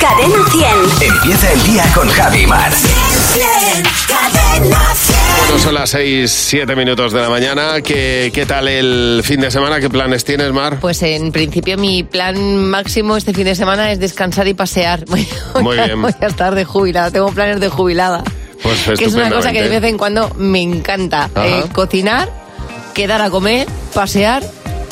Cadena 100. Empieza el día con Javi Mar. Cadena 100. Bueno, son las 6, 7 minutos de la mañana. ¿Qué, ¿Qué tal el fin de semana? ¿Qué planes tienes, Mar? Pues en principio mi plan máximo este fin de semana es descansar y pasear. Voy a- Muy bien. Voy a estar de jubilada, tengo planes de jubilada. Pues Que es una cosa que de vez estupendamente. en cuando me encanta. Ajá. Eh, cocinar, quedar a comer, pasear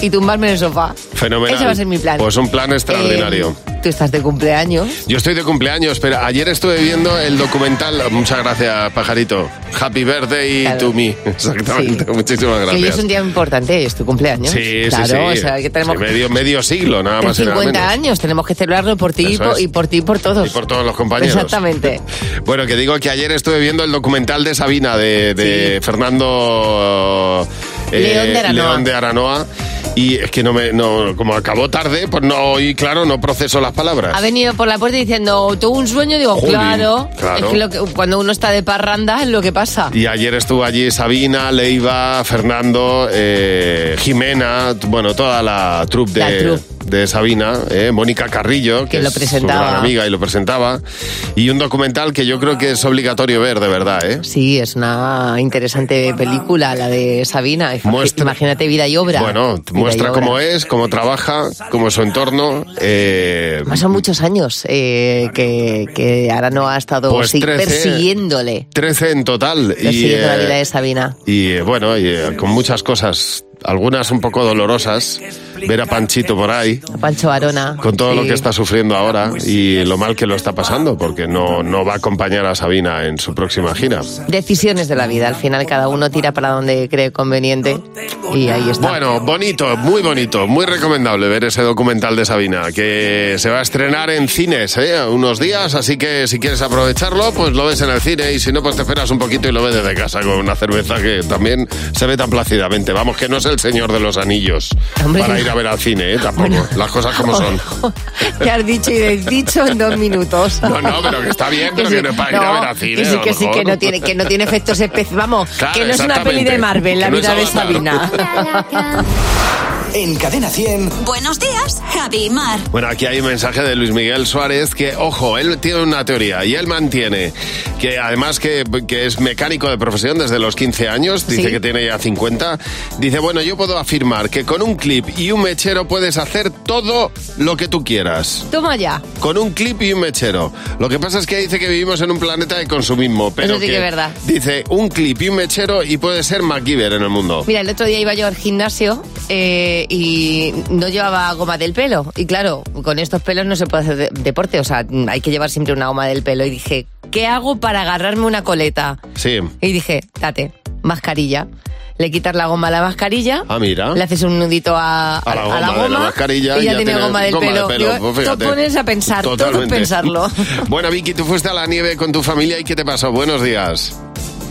y tumbarme en el sofá. Fenomenal. Ese va a ser mi plan. Pues un plan extraordinario. Eh, Tú estás de cumpleaños. Yo estoy de cumpleaños, pero ayer estuve viendo el documental. Muchas gracias, pajarito. Happy birthday Claro. to me. Exactamente. Sí. Muchísimas Que hoy es gracias. un día importante, es tu cumpleaños. Sí, claro, sí, sí. o sea, que tenemos Sí, medio, medio siglo, nada más y nada 50 menos. años, tenemos que celebrarlo por ti y Eso por, es. y por ti y por todos. Y por todos los compañeros. Exactamente. Bueno, que digo que ayer estuve viendo el documental de Sabina, de, de Fernando eh, León de Aranoa. León de Aranoa. Y es que no me, no, como acabó tarde, pues no, y claro, no proceso las palabras. Ha venido por la puerta diciendo, tuve un sueño, digo, Jolín, claro. claro. Es que lo que- cuando uno está de parranda es lo que pasa. Y ayer estuvo allí Sabina, Leiva, Fernando, eh, Jimena, t- bueno, toda la troupe de, La troupe. de Sabina, eh, Mónica Carrillo, que, Que lo es presentaba. su gran amiga y lo presentaba. Y un documental que yo creo que es obligatorio ver, de verdad, ¿eh? Sí, es una interesante película, la de Sabina. Ima- Muestra- Imagínate vida y obra. Bueno, Vida y muestra obra. cómo es, cómo trabaja, cómo es su entorno. eh, Además, Son muchos años eh, que, que ahora no ha estado Pues sí, 13. persiguiéndole, 13 en total. Y, persiguiendo la eh, vida de Sabina. Y eh, bueno, y, eh, con muchas cosas, algunas un poco dolorosas, ver a Panchito por ahí. A Pancho Arona. con todo lo Sí. que está sufriendo ahora y lo mal que lo está pasando, porque no, no va a acompañar a Sabina en su próxima gira. Decisiones de la vida. Al final cada uno tira para donde cree conveniente y ahí está. Bueno, bonito, muy bonito, muy recomendable ver ese documental de Sabina, que se va a estrenar en cines, ¿eh? Unos días, así que si quieres aprovecharlo, pues lo ves en el cine y si no, pues te esperas un poquito y lo ves desde casa con una cerveza que también se ve tan plácidamente. Vamos, que no es el señor de los anillos Hombre, para no. ir a ver al cine, ¿eh? Tampoco, las cosas como son. Te has dicho y desdicho en dos minutos. No, no, pero que está bien, pero que no es para ir a ver al cine, Que a sí, lo que sí, que mejor. no tiene, que no tiene efectos especiales. Vamos, Claro, que no es una peli exactamente. de Marvel, la Que no vida de es Avatar. Sabina. En Cadena 100. Buenos días, Javi y Mar. Bueno, aquí hay un mensaje de Luis Miguel Suárez que, ojo, él tiene una teoría y él mantiene que además que, que es mecánico de profesión desde los 15 años, dice Sí. que tiene ya 50, dice, bueno, yo puedo afirmar que con un clip y un mechero puedes hacer todo lo que tú quieras. Toma ya. Con un clip y un mechero. Lo que pasa es que dice que vivimos en un planeta de consumismo, pero Eso sí que es verdad. dice un clip y un mechero y puede ser MacGyver en el mundo. Mira, el otro día iba yo al gimnasio eh, y no llevaba goma del pelo. Y claro, con estos pelos no se puede hacer de- deporte. O sea, hay que llevar siempre una goma del pelo. Y dije, ¿qué hago para agarrarme una coleta? Sí. Y dije, date, mascarilla. Le quitas la goma a la mascarilla. Ah, mira. Le haces un nudito a, A la goma de la mascarilla Y ya, ya tiene tiene goma del goma de pelo. pelo, Yo- pues te fíjate. pones a pensar, todo Totalmente. pensarlo. Bueno, Vicky, tú fuiste a la nieve con tu familia y ¿qué te pasó? Buenos días.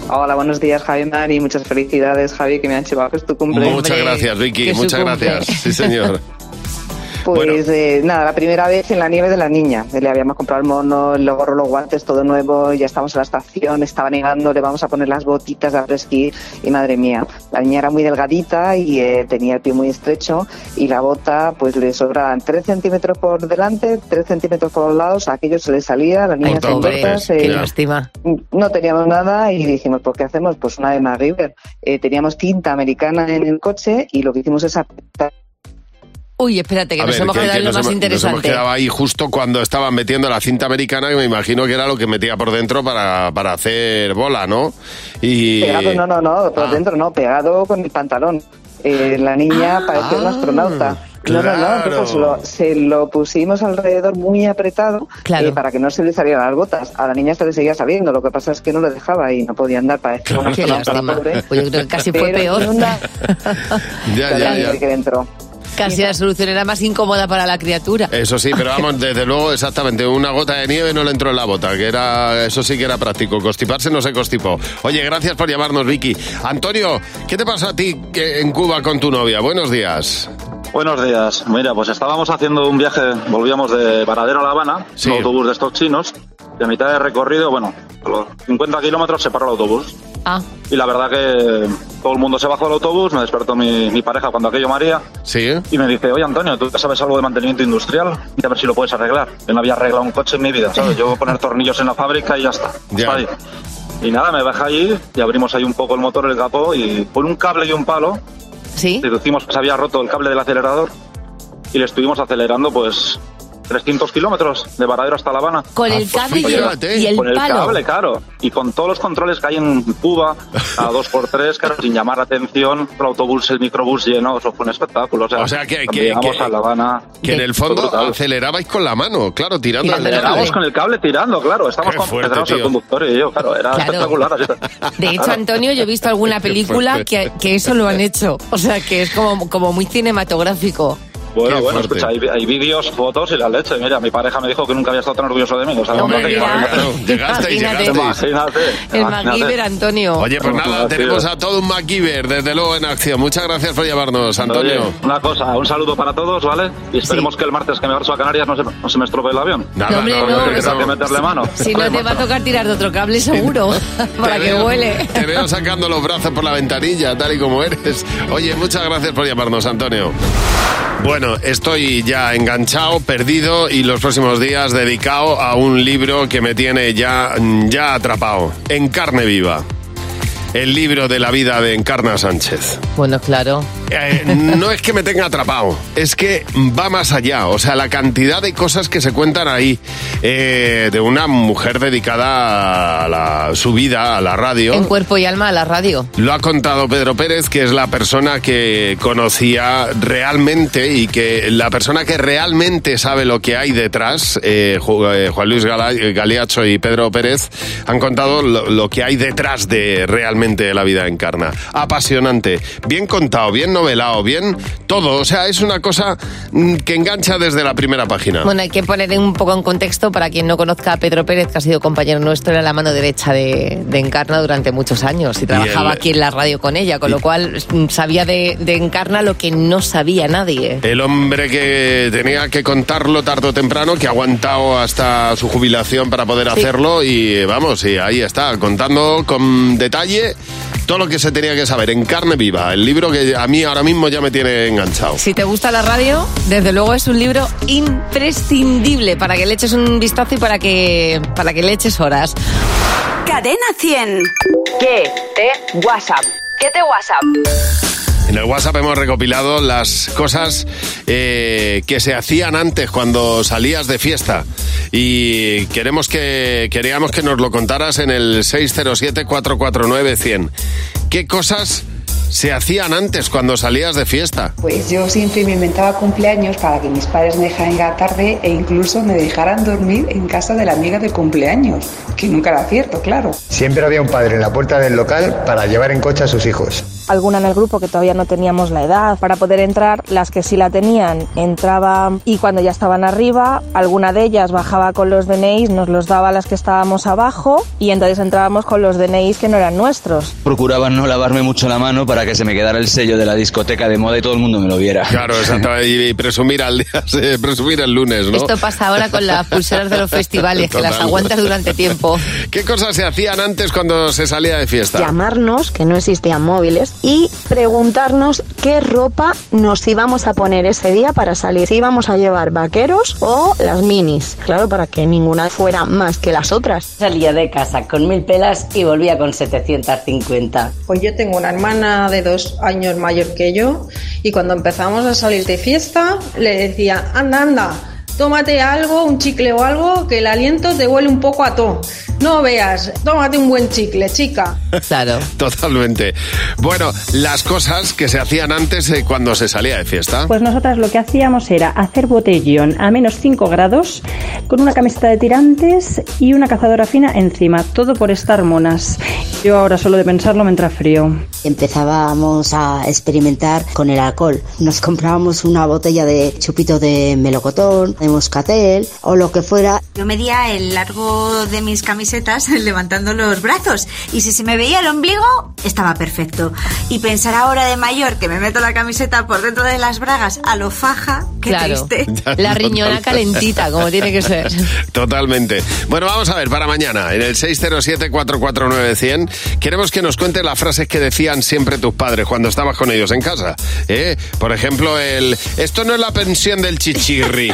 Hola, buenos días, Javi Mar, y muchas felicidades, Javi, que me han llevado que es tu cumple. Muchas gracias, que Vicky. es su Muchas cumple. gracias. Sí, señor. Pues bueno. eh, nada, la primera vez en la nieve de la niña. Le habíamos comprado el mono, el gorro, los guantes, todo nuevo, ya estamos en la estación, estaba nevando, le vamos a poner las botitas de esquí y madre mía, la niña era muy delgadita y eh, tenía el pie muy estrecho y la bota pues le sobraban 3 centímetros por delante, 3 centímetros por los lados, a aquello se le salía, la niña todas sin Hombre, botas, qué eh, ya. lástima. no teníamos nada y dijimos, ¿por qué hacemos? Pues una de MacGyver. Eh, teníamos tinta americana en el coche y lo que hicimos es apretar. Uy, espérate, que A nos ver, hemos que- quedado que en lo nos más hemos- Nos interesante. hemos quedado ahí justo cuando estaban metiendo la cinta americana, que me imagino que era lo que metía por dentro para, para hacer bola, ¿no? Y... Pegado, no, no, no, por Ah. dentro no, pegado con el pantalón. Eh, la niña parecía un astronauta. No, no, no, Ah. claro. entonces lo- se lo pusimos alrededor muy apretado Claro. eh, para que no se le salieran las botas. A la niña se le seguía saliendo, lo que pasa es que no le dejaba y no podía andar, parecía un Qué astronauta, la lástima. pobre. Pues yo creo que casi fue Pero peor. con una- Ya, ya, ya. que dentro. Casi la solución era más incómoda para la criatura. Eso sí, pero vamos, desde luego, exactamente, una gota de nieve no le entró en la bota, que era, eso sí que era práctico. Constiparse no se constipó. Oye, gracias por llamarnos, Vicky. Antonio, ¿qué te pasó a ti que- en Cuba con tu novia? Buenos días. Buenos días. Mira, pues estábamos haciendo un viaje, volvíamos de Varadero a La Habana, Sí. un autobús de estos chinos, y a mitad de recorrido, bueno, a los 50 kilómetros se paró el autobús. Ah, y la verdad que todo el mundo se bajó del autobús, me despertó mi, mi pareja cuando aquello maría Sí. y me dice, oye Antonio, ¿tú sabes algo de mantenimiento industrial? Y a ver si lo puedes arreglar. Yo no había arreglado un coche en mi vida, ¿sabes? Yo voy a poner tornillos en la fábrica y ya está. Ya. Hasta ahí. Y nada, me baja allí y abrimos ahí un poco el motor, el capó y por un cable y un palo ¿Sí? deducimos que se había roto el cable del acelerador y le estuvimos acelerando pues 300 kilómetros de Varadero hasta La Habana. Con Ah, el pues cable y fíjate. el, y el con el palo. cable, claro. Y con todos los controles que hay en Cuba, a 2x3, claro, sin llamar la atención, el autobús, el microbús lleno, eso fue un espectáculo. O sea, O sea, que- cuando que- llegamos que- eh, a La Habana. Que en el fondo Brutal. acelerabais con la mano, claro, tirando del Aceleramos cable. con el cable tirando, claro. Estamos Qué con fuerte, aceleramos tío. el conductor y yo, claro, era Claro. espectacular. así. De hecho, Claro. Antonio, yo he visto alguna película que, que eso lo han hecho. O sea, que es como, como muy cinematográfico. Bueno, Qué bueno, fuerte. escucha, hay, hay vídeos, fotos y la leche. Mira, mi pareja me dijo que nunca había estado tan orgulloso de mí. O sea, Hombre, no te mira. imaginas. Claro, llegasteis, Imagínate. llegasteis. Imagínate. El imagínate. MacGyver, Antonio. Oye, pues nada, tenemos a todo un MacGyver, desde luego en acción. Muchas gracias por llamarnos, Antonio. Oye, una cosa, un saludo para todos, ¿vale? Y esperemos Sí. que el martes que me marcho a Canarias no se, no se me estropee el avión. Nada, No, hombre, no, que tenga que meterle mano. Si no, te va a tocar tirar de otro cable seguro para Te que veo- huele. Te veo sacando los brazos por la ventanilla, tal y como eres. Oye, muchas gracias por llamarnos, Antonio. Bueno, estoy ya enganchado, perdido y los próximos días dedicado a un libro que me tiene ya, ya atrapado, en carne viva. El libro de la vida de Encarna Sánchez. Bueno, claro. Eh, no es que me tenga atrapado, es que va más allá. O sea, la cantidad de cosas que se cuentan ahí eh, de una mujer dedicada a la, su vida a la radio. En cuerpo y alma a la radio. Lo ha contado Pedro Pérez, que es la persona que conocía realmente y que la persona que realmente sabe lo que hay detrás, eh, Ju- eh, Juan Luis Gala- eh, Galeacho y Pedro Pérez, han contado lo, lo que hay detrás de realmente de la vida encarna. Apasionante, bien contado, bien novelado, bien todo. O sea, es una cosa mm, que engancha desde la primera página. Bueno, hay que poner un poco en contexto para quien no conozca a Pedro Pérez, que ha sido compañero nuestro, era la mano derecha de, de Encarna durante muchos años y trabajaba el- aquí en la radio con ella, con lo cual mm, sabía de, de Encarna lo que no sabía nadie. El hombre que tenía que contarlo tarde o temprano, que ha aguantado hasta su jubilación para poder Sí. hacerlo y vamos, y ahí está, contando con detalle todo lo que se tenía que saber en carne viva, el libro que a mí ahora mismo ya me tiene enganchado. Si te gusta la radio, desde luego es un libro imprescindible para que le eches un vistazo y para que, para que le eches horas. Cadena 100. ¿Qué te WhatsApp? ¿Qué te WhatsApp? En el WhatsApp hemos recopilado las cosas eh, que se hacían antes cuando salías de fiesta y queremos que queríamos que nos lo contaras en el 607-449-100. ¿Qué cosas se hacían antes cuando salías de fiesta? Pues yo siempre me inventaba cumpleaños para que mis padres me dejaran llegar tarde e incluso me dejaran dormir en casa de la amiga de cumpleaños, que nunca era cierto, claro. Siempre había un padre en la puerta del local para llevar en coche a sus hijos. alguna en el grupo que todavía no teníamos la edad para poder entrar, las que sí la tenían entraban y cuando ya estaban arriba, alguna de ellas bajaba con los DNIs, nos los daba a las que estábamos abajo y entonces entrábamos con los DNIs que no eran nuestros. Procuraba no lavarme mucho la mano para que se me quedara el sello de la discoteca de moda y todo el mundo me lo viera. Claro, exactamente. Y, y presumir al día, sí, presumir el lunes, ¿no? Esto pasa ahora con las pulseras de los festivales, que las Total. aguantas durante tiempo. ¿Qué cosas se hacían antes cuando se salía de fiesta? Llamarnos, que no existían móviles, y preguntarnos qué ropa nos íbamos a poner ese día para salir. Si íbamos a llevar vaqueros o las minis, claro, para que ninguna fuera más que las otras. Salía de casa con mil pelas y volvía con 750. Pues yo tengo una hermana de dos años mayor que yo y cuando empezamos a salir de fiesta le decía, anda, anda, tómate algo, un chicle o algo, que el aliento te huele un poco a to. No veas, tómate un buen chicle, chica. Claro. Totalmente. Bueno, las cosas que se hacían antes eh, cuando se salía de fiesta. Pues nosotras lo que hacíamos era hacer botellón a menos 5 grados con una camiseta de tirantes y una cazadora fina encima, todo por estar monas. Yo ahora solo de pensarlo me entra frío. Empezábamos a experimentar con el alcohol. Nos comprábamos una botella de chupito de melocotón, de moscatel o lo que fuera. Yo medía el largo de mis camisetas levantando los brazos y si se me veía el ombligo estaba perfecto. Y pensar ahora de mayor que me meto la camiseta por dentro de las bragas a lo faja, Qué claro. triste. La riñona calentita, como tiene que ser. Totalmente. Bueno, vamos a ver, para mañana, en el 607-449-100, queremos que nos cuentes las frases que decían siempre tus padres cuando estabas con ellos en casa. ¿eh? Por ejemplo, el, esto no es la pensión del chichirri,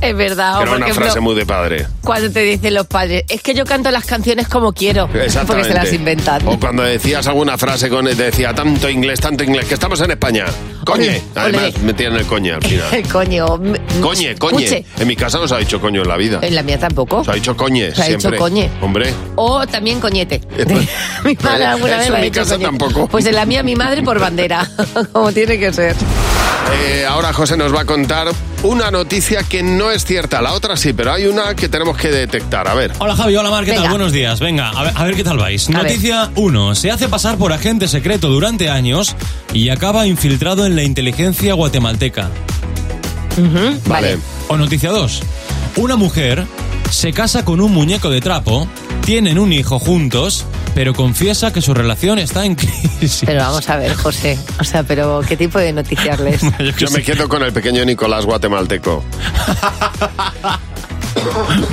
Es que verdad. era o Ah, por una ejemplo, frase muy de padre. cuando te dicen los padres, es que yo canto las canciones como quiero. Porque se las Exactamente. Oh, inventan. O cuando decías alguna frase con te decía tanto inglés, tanto inglés, que estamos en España. Coñe. Ole, Además, metían el coñe al final. El coño. m- coñe, Puche. coñe. En mi casa no se ha dicho coño en la vida. En la mía tampoco. Se ha dicho coñe. Se ha dicho siempre. coñe. Hombre. O también coñete. mi madre alguna Eso vez en me ha mi dicho casa coñete. tampoco. Pues en la mía, mi madre por bandera. como tiene que ser. Eh, ahora José nos va a contar una noticia que no es cierta. La otra sí, pero hay una que tenemos que detectar. A ver. Hola Javi, hola Mar, ¿qué Venga. tal? Buenos días. Venga, a ver, a ver qué tal vais. A ver. Noticia 1. Se hace pasar por agente secreto durante años y acaba infiltrado en la inteligencia guatemalteca. vale. O noticia 2. Una mujer se casa con un muñeco de trapo, tienen un hijo juntos, pero confiesa que su relación está en crisis. Pero vamos a ver, José. O sea, pero ¿qué tipo de noticias lees? Yo me quedo con el pequeño Nicolás guatemalteco.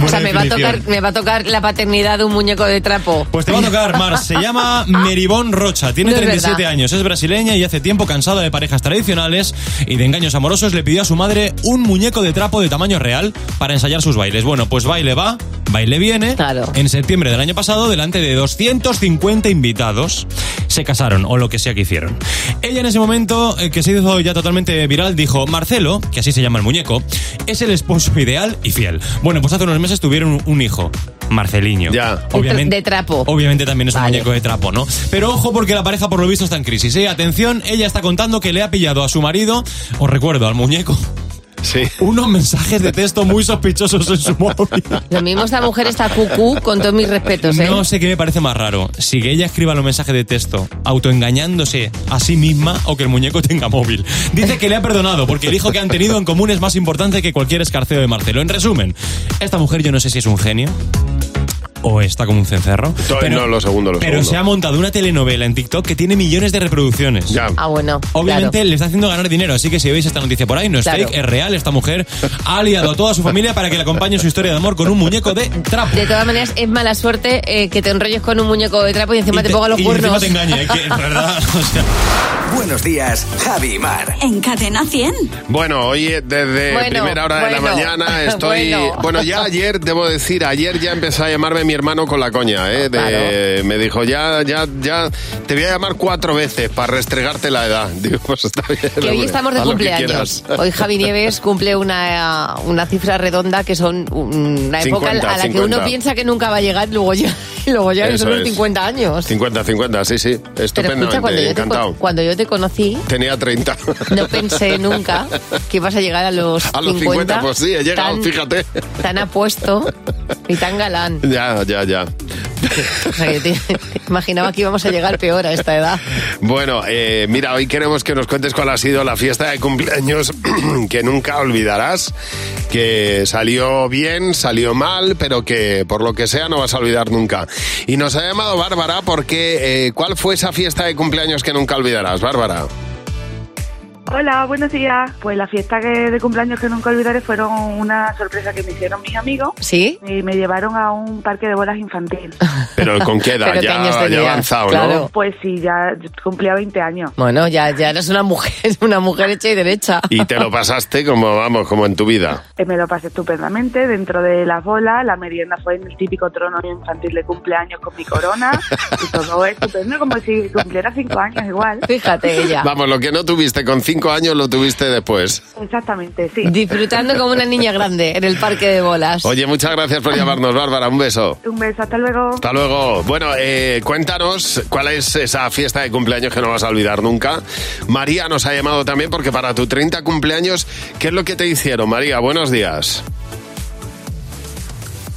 o sea, me va, a tocar, me va a tocar la paternidad de un muñeco de trapo. Pues te va a tocar, Mar. Se llama Meribón Rocha. Tiene No es 37 verdad. años. Es brasileña y hace tiempo cansada de parejas tradicionales y de engaños amorosos le pidió a su madre un muñeco de trapo de tamaño real para ensayar sus bailes. Bueno, pues baile va, baile viene. En septiembre del año pasado, delante de 250 invitados, se casaron o lo que sea que hicieron. Ella en ese momento, eh, que se hizo ya totalmente viral, dijo, Marcelo, que así se llama el muñeco, es el esposo ideal y fiel. Bueno, pues hace unos meses tuvieron un- un hijo, Marceliño. Ya. Obviamente, De trapo. Obviamente también es un muñeco de trapo, ¿no? Pero ojo porque la pareja por lo visto está en crisis. ¿eh? Atención, ella está contando que le ha pillado a su marido, os recuerdo, al muñeco. Unos mensajes de texto muy sospechosos en su móvil. Lo mismo esta mujer está cucú, con todos mis respetos, ¿eh? No sé qué me parece más raro, si que ella escriba los mensajes de texto autoengañándose a sí misma o que el muñeco tenga móvil. Dice que le ha perdonado porque el hijo que han tenido en común es más importante que cualquier escarceo de Marcelo. En resumen, esta mujer yo no sé si es un genio o está como un cencerro. no, lo segundo, lo pero segundo. se ha montado una telenovela en TikTok que tiene millones de reproducciones. Ah, bueno. Obviamente claro. le está haciendo ganar dinero, así que si veis esta noticia por ahí, no es Claro. fake, es real. Esta mujer ha aliado a toda su familia para que le acompañe en su historia de amor con un muñeco de trapo. De todas maneras, es mala suerte eh, que te enrolles con un muñeco de trapo y encima te, ponga los y encima cuernos. te engaña, ¿eh? que en verdad, o sea... Buenos días, Javi y Mar. En cadena 100. Bueno, oye, desde Bueno, primera hora de la bueno, mañana estoy. bueno. Bueno. ya ayer, debo decir, ayer ya empezó a llamarme mi hermano con la coña. ¿eh? De- Me dijo, ya, ya, ya, te voy a llamar cuatro veces para restregarte la edad. Digo, pues está bien. Que hoy hombre, estamos de haz lo que cumpleaños. quieras. Hoy Javi Nieves cumple una, eh, una cifra redonda que son una época 50, a la que 50. uno piensa que nunca va a llegar y luego ya, y luego ya que Eso son los es. 50 años. 50, 50, sí, sí. pues. Pero Estupendamente, escucha, cuando yo, te, encantado. con- cuando yo te conocí, Tenía 30. no pensé nunca que ibas a llegar a los, A los 50, pues sí, he llegado, tan, fíjate. tan apuesto y tan galán. Ya, ya, ya. O sea, que te- te imaginaba que íbamos a llegar peor a esta edad. Bueno, eh, mira, hoy queremos que nos cuentes cuál ha sido la fiesta de cumpleaños que nunca olvidarás, que salió bien, salió mal, pero que por lo que sea no vas a olvidar nunca. Y nos ha llamado Bárbara porque eh, ¿cuál fue esa fiesta de cumpleaños que nunca olvidarás, Bárbara? Hola, buenos días. Pues la fiesta que- de cumpleaños que nunca olvidaré fueron una sorpresa que me hicieron mis amigos. ¿Sí? Y me llevaron a un parque de bolas infantil. Pero con qué edad, Pero qué ya, años ya tenías, avanzado, claro. ¿no? Pues sí, ya cumplía 20 años. Bueno, ya, ya eres una mujer, una mujer hecha y derecha. Y te lo pasaste como, vamos, como en tu vida. Eh, Me lo pasé estupendamente dentro de las bolas. La merienda fue en el típico trono infantil de cumpleaños con mi corona. Y todo estupendo, como si cumpliera 5 años igual. Fíjate ella. Vamos, lo que no tuviste con cinco años lo tuviste después. Exactamente, sí. Disfrutando como una niña grande en el parque de bolas. Oye, muchas gracias por llamarnos, Bárbara. Un beso. Un beso, hasta luego. Hasta luego. Bueno, eh, cuéntanos cuál es esa fiesta de cumpleaños que no vas a olvidar nunca. María nos ha llamado también porque para tu 30 cumpleaños, ¿qué es lo que te hicieron, María? Buenos días.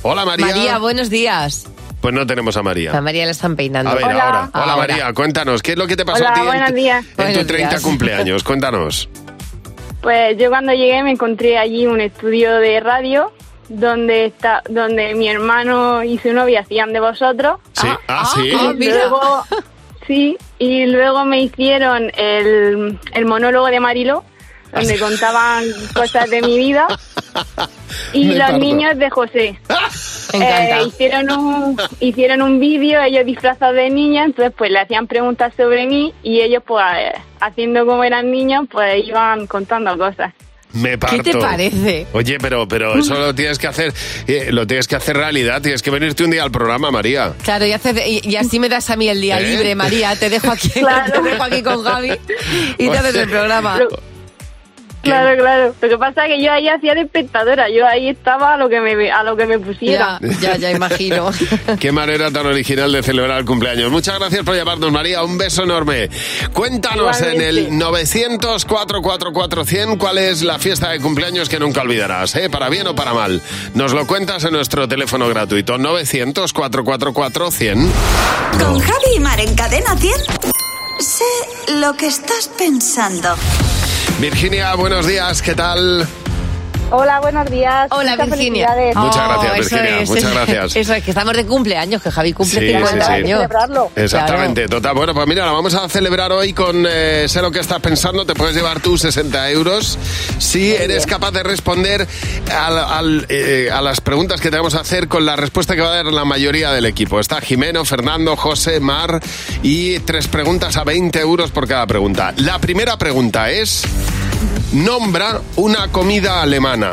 Hola, María. María, buenos días. Pues no tenemos a A María. María la están peinando. A ver, ahora. Hola, María, cuéntanos, ¿qué es lo que te pasó a ti en tu- días. en, tu 30 cumpleaños? Cuéntanos. Pues yo cuando llegué me encontré allí un estudio de radio donde está donde mi hermano y su novia hacían de vosotros. Sí, ah, sí. y luego sí, y luego me hicieron el, el monólogo de Marilo donde contaban cosas de mi vida. Y Me los parto. niños de José. encanta. Eh, hicieron un, hicieron un vídeo, ellos disfrazados de niña, entonces pues le hacían preguntas sobre mí y ellos pues eh, haciendo como eran niños, pues iban contando cosas. Me parto. te parece? Oye, pero, pero eso lo tienes que hacer, eh, lo tienes que hacer realidad. Tienes que venirte un día al programa, María. Claro, y, haces- y- y así me das a mí el día ¿Eh? libre, María. Te dejo aquí, te dejo aquí con Gaby y te haces el programa. Pues Claro, claro. Lo que pasa es que yo ahí hacía de espectadora, yo ahí estaba a lo que me, a lo que me pusiera. Ya, ya imagino. Qué manera tan original de celebrar el cumpleaños. Muchas gracias por llamarnos, María. Un beso enorme. Cuéntanos Igualmente. en el 900 444 100 cuál es la fiesta de cumpleaños que nunca olvidarás, ¿eh? para bien o para mal. Nos lo cuentas en nuestro teléfono gratuito 900 444 100. Con Javi y Mar en Cadena 100. Sé lo que estás pensando. Virginia, buenos días. ¿Qué tal? Hola, buenos días. Hola, Muchas Virginia. Oh, felicidades. Muchas gracias, eso Virginia, muchas gracias. Eso es, que estamos de cumpleaños, que Javi cumple Sí, 50 sí, sí. años. Celebrarlo. Exactamente, total. Bueno, pues mira, la vamos a celebrar hoy con eh, Sé lo que estás pensando. Te puedes llevar tus 60 euros si eres capaz de responder al- al, eh, a las preguntas que te vamos a hacer con la respuesta que va a dar la mayoría del equipo. Está Jimeno, Fernando, José, Mar y tres preguntas a 20 euros por cada pregunta. La primera pregunta es: Nombra una comida alemana.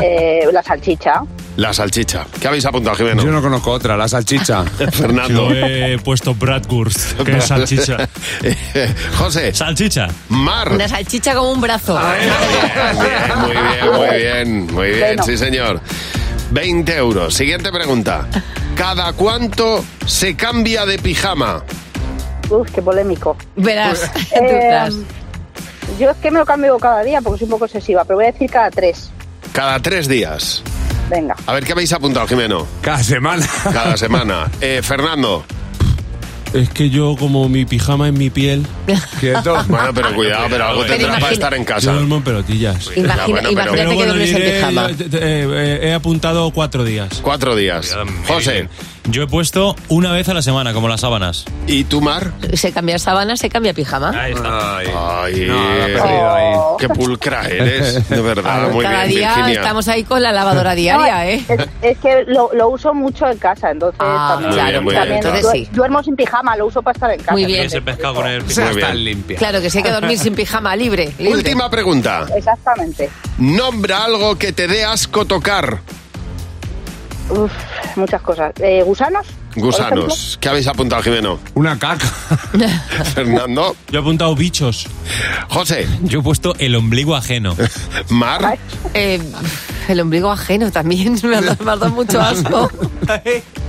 Eh, la salchicha. La salchicha. ¿Qué habéis apuntado, Jimeno? Yo no conozco otra, la salchicha. Fernando. Yo he puesto Bradwurst, que es salchicha. José. Salchicha. Mar. Ah, ¿eh? Una salchicha como un brazo. Muy bien, muy bien, muy bien, Bueno. sí señor. 20 euros. Siguiente pregunta. ¿Cada cuánto se cambia de pijama? Uf, qué polémico. Pues, eh, Verás. yo es que me lo cambio cada día porque soy un poco obsesiva, pero voy a decir cada tres. Cada tres días. Venga. A ver, ¿qué habéis apuntado, Jimeno? Cada semana. Cada semana. Eh, Fernando. Es que yo, como mi pijama en mi piel. Bueno, pero cuidado, pero algo Pero tendrás para imagina- estar en Yo casa. duermo en pelotillas. Ya, Ah, Imagina- bueno, pero- imagínate que duermes en diré, pijama. eh, eh, eh, he apuntado cuatro días. Cuatro días. José. Yo he puesto una vez a la semana, como las sábanas. ¿Y tú, Mar? Se cambia sábana, se cambia pijama. Ay, No, la ha perdido ahí. qué pulcra eres, de verdad. Muy Oh. Cada bien, día Virginia. estamos ahí con la lavadora diaria, ¿eh? Es, es que lo, lo uso mucho en casa, entonces Ah, también, claro, muy bien, también claro. du- duermo sin pijama, lo uso para estar en casa. Ese pescado con el Muy bien. Claro, que sí hay que dormir sin pijama, libre. libre. Última pregunta. Exactamente. Nombra algo que te dé asco tocar. Uf, muchas cosas. Eh, ¿Gusanos? por Gusanos. ¿Qué habéis apuntado, Jimeno? Una caca. Fernando. Yo he apuntado bichos. José. Yo he puesto el ombligo ajeno. Mar. Eh, el ombligo ajeno también me ha dado, me ha dado mucho asco.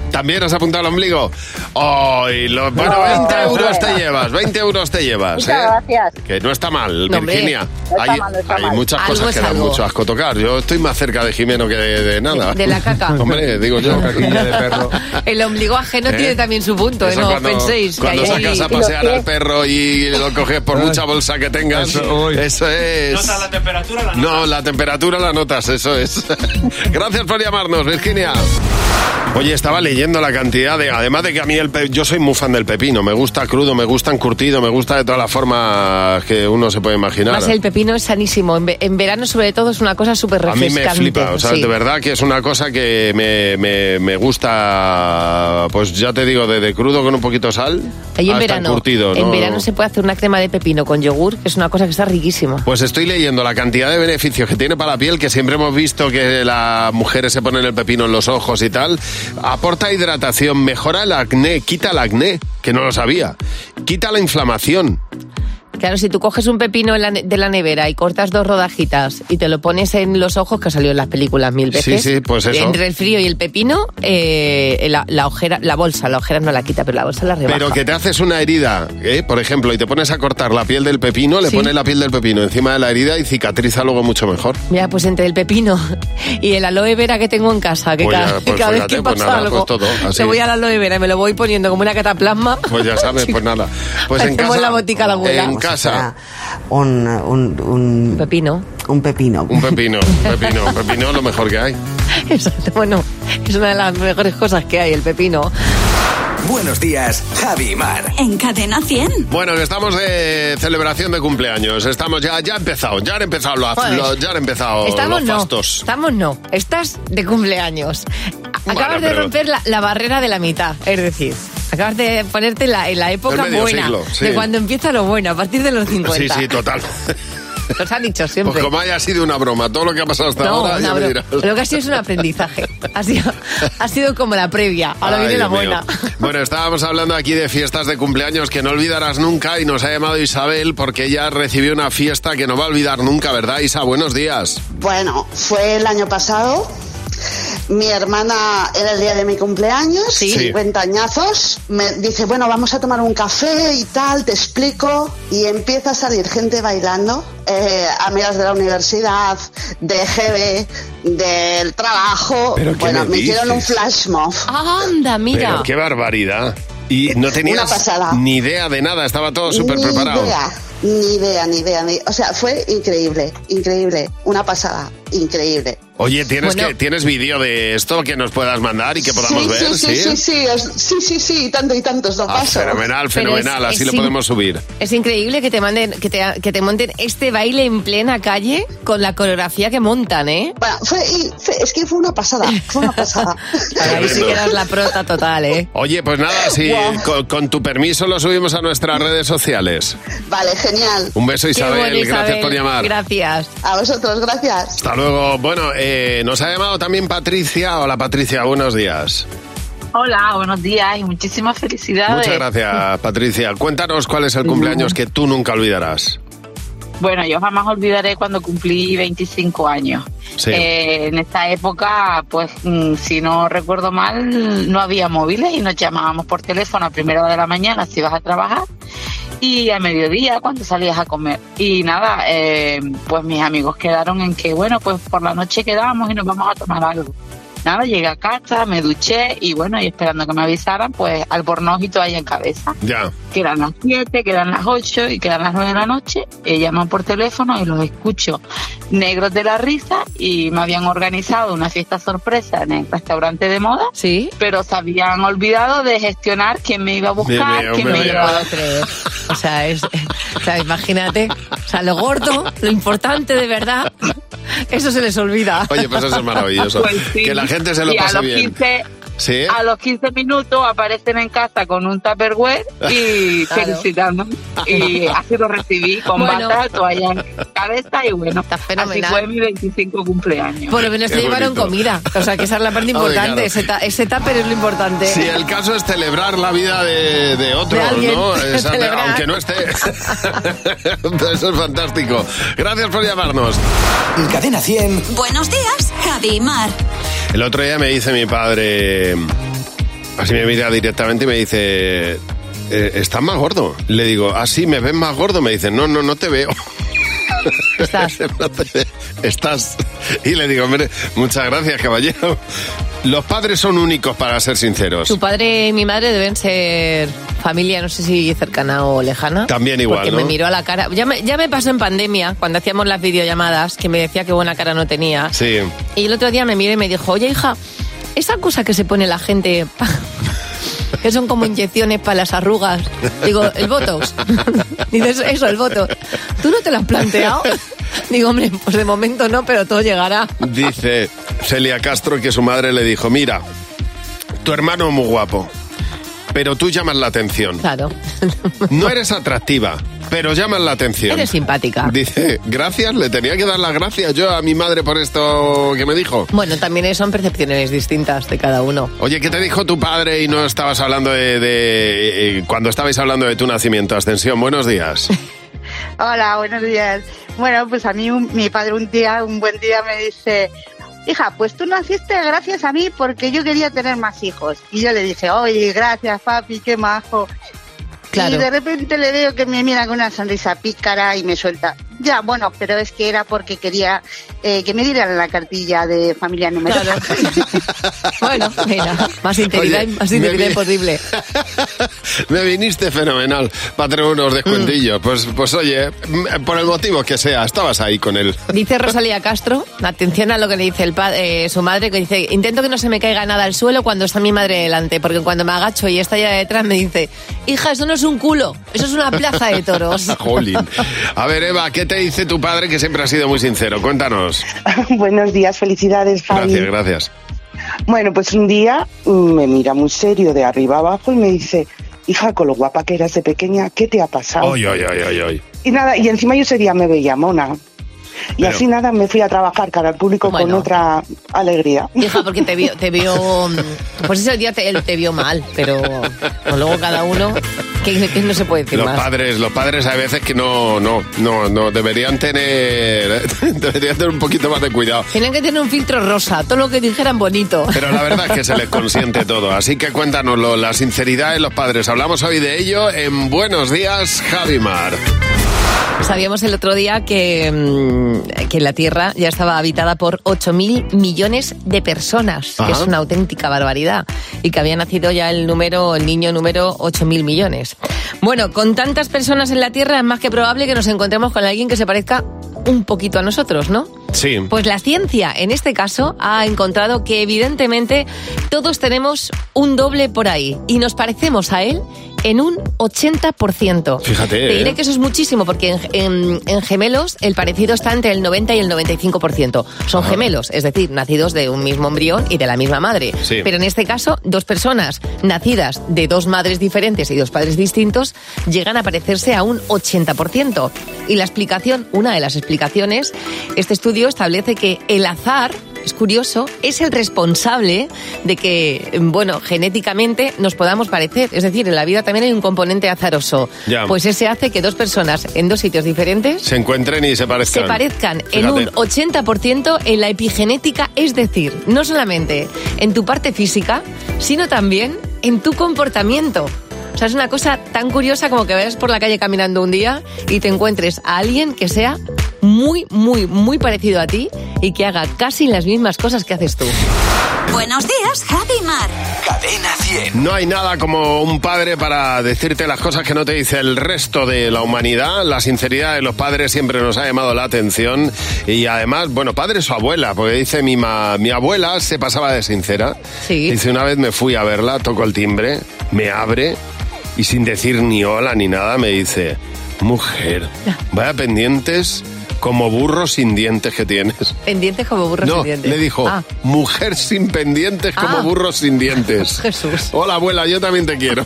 ¿También has apuntado el ombligo? ¡Ay! lo- bueno, No, 20 euros bueno. te llevas, 20 euros te ejemplo. llevas, Muchas ¿eh? gracias. Que no está mal, No, hombre, Virginia. no está hay mal, no está hay mal. muchas Algo cosas es que dan algo. mucho asco tocar. Yo estoy más cerca de Jimeno que de, de nada. De la caca. Hombre, digo yo. Caquilla de perro. El ombligo ajeno ¿Eh? tiene también su punto, ¿eh? Eso No cuando, penséis. que cuando hay ahí- sacas a pasear al perro y lo coges por mucha bolsa que tengas, eso, es. Nota la temperatura, la No, la temperatura la notas, eso es. Gracias por llamarnos, Virginia. Oye, estaba leyendo la cantidad de. Además de que a mí el pe- yo soy muy fan del pepino. Me gusta crudo, me gusta encurtido, me gusta de todas las formas que uno se puede imaginar. Más el pepino es sanísimo. En, ve- en verano, sobre todo, es una cosa súper A mí refrescante. me flipa, o sea, sí. de verdad que es una cosa que me, me- me gusta, pues ya te digo, desde crudo con un poquito de sal. Ahí en hasta verano, encurtido, en ¿no? verano se puede hacer una crema de pepino con yogur, que es una cosa que está riquísima. Pues estoy leyendo la cantidad de beneficios que tiene para la piel, que siempre hemos visto que las mujeres se ponen el pepino en los ojos y tal. Aporta hidratación, mejora el acné, quita el acné, que no lo sabía. Quita la inflamación. Claro, si tú coges un pepino en la ne- de la nevera y cortas dos rodajitas y te lo pones en los ojos, que ha salido en las películas mil veces. Sí, sí, pues eso. Entre el frío y el pepino, eh, la, la ojera, la bolsa, la ojera no la quita, pero la bolsa la rebaja. Pero que te haces una herida, ¿eh? por ejemplo, y te pones a cortar la piel del pepino, le Sí. pones la piel del pepino encima de la herida y cicatriza luego mucho mejor. Mira, pues entre el pepino y el aloe vera que tengo en casa, que Pues ya, cada, pues cada vez fíjate, que pues pasa nada, algo, pues todo, así. se voy al aloe vera y me lo voy poniendo como una cataplasma. Pues ya sabes, pues nada. Pues en Hacemos casa. la botica a la abuela. En casa. Un, un, un pepino. Un pepino. Un pepino, un pepino, un pepino es lo mejor que hay. Exacto, bueno, es una de las mejores cosas que hay, el pepino. Buenos días, Javi y Mar. En Cadena 100. Bueno, que estamos de celebración de cumpleaños. Estamos ya, ya ha empezado, ya han empezado, los- Joder. los- ya han empezado Estamos los no. fastos. Estamos no. Estás de cumpleaños. Acabas de pero- romper la, la barrera de la mitad. Es decir, acabas de ponerte en la, en la época Del medio buena. siglo, sí. De cuando empieza lo bueno, a partir de los 50. Sí, sí, total. Los ha dicho siempre. Pues como haya sido una broma, todo lo que ha pasado hasta No, ahora, no, ya me bro. dirás. Lo que ha sido es un aprendizaje. Ha sido, ha sido como la previa. Ahora Ay, viene la Dios mío. buena. Bueno, estábamos hablando aquí de fiestas de cumpleaños que no olvidarás nunca y nos ha llamado Isabel porque ella recibió una fiesta que no va a olvidar nunca, ¿verdad, Isa? Buenos días. Bueno, fue el año pasado. Mi hermana era el día de mi cumpleaños, Sí. 50 añazos. Me dice, bueno, vamos a tomar un café y tal, te explico. Y empieza a salir gente bailando, eh, amigas de la universidad, de GB, del trabajo. ¿Pero qué bueno, me me, hicieron un dices? flash mob. Anda, Pero qué barbaridad. Y no tenías Una pasada. ni idea de nada, estaba todo súper ni preparado. idea, ni idea, ni idea, ni- O sea, fue increíble, increíble. Una pasada, increíble. Oye, ¿tienes, Bueno. que, ¿tienes vídeo de esto que nos puedas mandar y que podamos sí, ver? Sí, sí, sí, sí, os- sí, sí, sí, tanto y tantos lo Ah, paso. fenomenal, Pero fenomenal, es- así es lo sin- podemos subir. Es increíble que te manden, que te, que te monten este baile en plena calle con la coreografía que montan, ¿eh? Bueno, fue, y- fue- es que fue una pasada, fue una pasada. Ahí sí que eras la prota total, ¿eh? Oye, pues nada, si Guau. con, con tu permiso lo subimos a nuestras redes sociales. vale, genial. Un beso, Isabel, gracias por llamar. Gracias. A vosotros, gracias. Hasta luego. Bueno, eh, nos ha llamado también Patricia. Hola Patricia, buenos días. Hola, buenos días y muchísimas felicidades. Muchas gracias Patricia. Cuéntanos cuál es el cumpleaños que tú nunca olvidarás. Bueno, yo jamás olvidaré cuando cumplí 25 años. Sí. Eh, en esta época, pues, mm, si no recuerdo mal, no había móviles y nos llamábamos por teléfono a primera hora de la mañana si ibas a trabajar y a mediodía cuando salías a comer. Y nada, eh, pues mis amigos quedaron en que, bueno, pues por la noche quedamos y nos vamos a tomar algo. Nada, llegué a casa, me duché y bueno, y esperando que me avisaran, pues albornoz y toalla en cabeza Ya. que eran las 7, que eran las 8 y que eran las 9 de la noche, eh, llaman por teléfono y los escucho negros de la risa y me habían organizado una fiesta sorpresa en el restaurante de moda, ¿Sí? pero se habían olvidado de gestionar quién me iba a buscar, Dios mío, quién hombre, me mío. iba a... O sea, es, o sea, imagínate, o sea, lo gordo, lo importante de verdad, eso se les olvida. Oye, pues eso es maravilloso. Pues sí. Que la gente se lo Y pase a los bien. 15, Sí. a los 15 minutos aparecen en casa con un Tupperware y Claro. felicitando. Y así lo recibí con Bueno. bata, toalla en cabeza y bueno, así fenomenal. fue mi 25 cumpleaños. Por lo menos te Qué llevaron bonito. comida. O sea, que esa es la Hombre, parte importante. claro. Ese, ta- ese tupper es lo importante. Si el caso es celebrar la vida de, de otro, De alguien. ¿no? Esa- Celebrar. aunque no esté. Pues Eso es fantástico. Gracias por llamarnos. Cadena 100. Buenos días, Javi y Mar. El otro día me dice mi padre, así me mira directamente y me dice, "Eh, estás más gordo. Le digo, ¿así sí, me ves más gordo? Me dice, no, no, no te veo. Estás. Estás. Y le digo, hombre, muchas gracias, caballero. Los padres son únicos para ser sinceros. Tu padre y mi madre deben ser familia, no sé si cercana o lejana. También igual, Porque ¿no? me miró a la cara. Ya me, ya me pasó en pandemia, cuando hacíamos las videollamadas, que me decía que buena cara no tenía. Sí. Y el otro día me miró y me dijo, oye hija, esa cosa que se pone la gente, pa- que son como inyecciones para las arrugas, digo, el Botox. Dices, eso, el Botox. ¿Tú no te lo has planteado? Digo, hombre, pues de momento no, pero todo llegará. Dice Celia Castro que su madre le dijo, mira, tu hermano es muy guapo, pero tú llamas la atención. Claro. No eres atractiva, pero llamas la atención. Eres simpática. Dice, gracias, le tenía que dar las gracias yo a mi madre por esto que me dijo. Bueno, también son percepciones distintas de cada uno. Oye, ¿qué te dijo tu padre y no estabas hablando de... de- eh, cuando estabais hablando de tu nacimiento, Ascensión, buenos días. Hola, buenos días. Bueno, pues a mí un- mi padre un día, un buen día me dice, hija, pues tú naciste gracias a mí porque yo quería tener más hijos. Y yo le dije, oye, gracias papi, qué majo. Claro. Y de repente le veo que me mira con una sonrisa pícara y me suelta, Ya, bueno, pero es que era porque quería eh, que me dieran la cartilla de familia numerosa. bueno, mira, más integridad, Oye, más me integridad vi- imposible. Me viniste fenomenal para tener unos descuentillos. Mm. Pues, pues oye, m- por el motivo que sea, estabas ahí con él. Dice Rosalía Castro, atención a lo que le dice el pa- eh, su madre, que dice, intento que no se me caiga nada al suelo cuando está mi madre delante, porque cuando me agacho y está ya detrás me dice, hija, eso no es un culo, eso es una plaza de toros. Jolín. A ver, Eva, ¿qué te dice tu padre que siempre ha sido muy sincero? Cuéntanos. Buenos días, felicidades, Javi. Gracias, gracias. Bueno, pues un día mm, me mira muy serio de arriba abajo y me dice, hija, con lo guapa que eras de pequeña, ¿qué te ha pasado? Oy, oy, oy, oy, oy. Y nada, y encima yo ese día me veía mona. Y Pero- así nada, me fui a trabajar cara al público con otra alegría. Hija, porque te vio, te vio, mm, pues ese día te, él te vio mal, pero pues luego cada uno, que, que no se puede decir Los más. padres, los padres a veces que no, no, no, no, deberían tener, deberían tener un poquito más de cuidado. Tienen que tener un filtro rosa, todo lo que dijeran bonito. Pero la verdad es que se les consiente todo. Así que cuéntanoslo, la sinceridad de los padres. Hablamos hoy de ello en Buenos Días, Javimar. Sabíamos el otro día que, mm, que la Tierra ya estaba habitada por 8.000 millones de personas, Ajá. que es una auténtica barbaridad, y que había nacido ya el número, el niño número 8.000 millones. Bueno, con tantas personas en la Tierra es más que probable que nos encontremos con alguien que se parezca un poquito a nosotros, ¿no? Sí. Pues la ciencia, en este caso, ha encontrado que evidentemente todos tenemos un doble por ahí y nos parecemos a él en un 80%. Fíjate, Te ¿eh? diré que eso es muchísimo porque en, en- en gemelos el parecido está entre el 90 y el 95%. Son Ajá. gemelos, es decir, nacidos de un mismo embrión y de la misma madre. Sí. Pero en este caso, dos personas nacidas de dos madres diferentes y dos padres distintos llegan a parecerse a un 80%. Y la explicación, una de las explicaciones, este estudio establece que el azar, es curioso, es el responsable de que, bueno, genéticamente nos podamos parecer. Es decir, en la vida también hay un componente azaroso. Ya. Pues ese hace que dos personas en dos sitios diferentes Se encuentren y se se parezcan. parezcan en Fíjate. un 80% en la epigenética, es decir, no solamente en tu parte física, sino también en tu comportamiento. O sea, es una cosa tan curiosa como que vayas por la calle caminando un día y te encuentres a alguien que sea muy, muy, muy parecido a ti y que haga casi las mismas cosas que haces tú. Buenos días, Javi Mar. No hay nada como un padre para decirte las cosas que no te dice el resto de la humanidad. La sinceridad de los padres siempre nos ha llamado la atención. Y además, bueno, padres o abuela, porque dice mi, ma- mi abuela se pasaba de sincera. Dice, una vez me fui a verla, toco el timbre, me abre y sin decir ni hola ni nada me dice, mujer, vaya pendientes como burro sin dientes que tienes. Pendientes como burros No, sin dientes. le dijo, Ah, mujer sin pendientes como Ah. burro sin dientes. Jesús. Hola, abuela, yo también te quiero.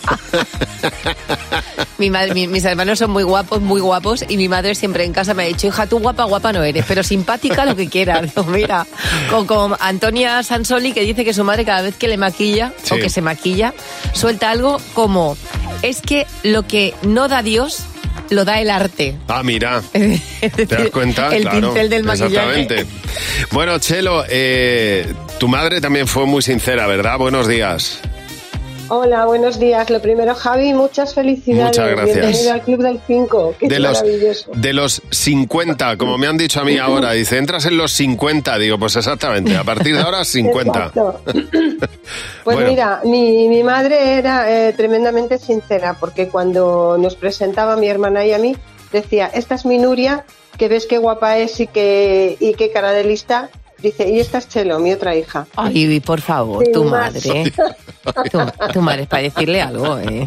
mi madre, mi- mis hermanos son muy guapos, muy guapos, y mi madre siempre en casa me ha dicho, hija, tú guapa, guapa no eres, pero simpática lo que quieras. Digo, mira, con, con Antonia Sansoli que dice que su madre cada vez que le maquilla Sí. o que se maquilla, suelta algo como, es que lo que no da Dios, lo da el arte. Ah, mira. ¿Te das cuenta? el Claro, pincel del maquillaje. Exactamente. Bueno, Chelo, eh, tu madre también fue muy sincera, ¿verdad? Buenos días. Hola, buenos días. Lo primero, Javi, muchas felicidades. Muchas gracias. Bienvenido al Club del 5. Qué De los, maravilloso. de los 50, como me han dicho a mí ahora, dice, entras en los 50, digo, pues exactamente, a partir de ahora 50. Exacto. Pues Bueno. mira, mi, mi madre era eh, tremendamente sincera porque cuando nos presentaba a mi hermana y a mí, decía, esta es mi Nuria, que ves qué guapa es y qué, y qué cara de lista. Dice, y esta es Chelo, mi otra hija. Ay, por favor, Sin tu más. madre. ¿eh? Tu, tu madre es para decirle algo, ¿eh?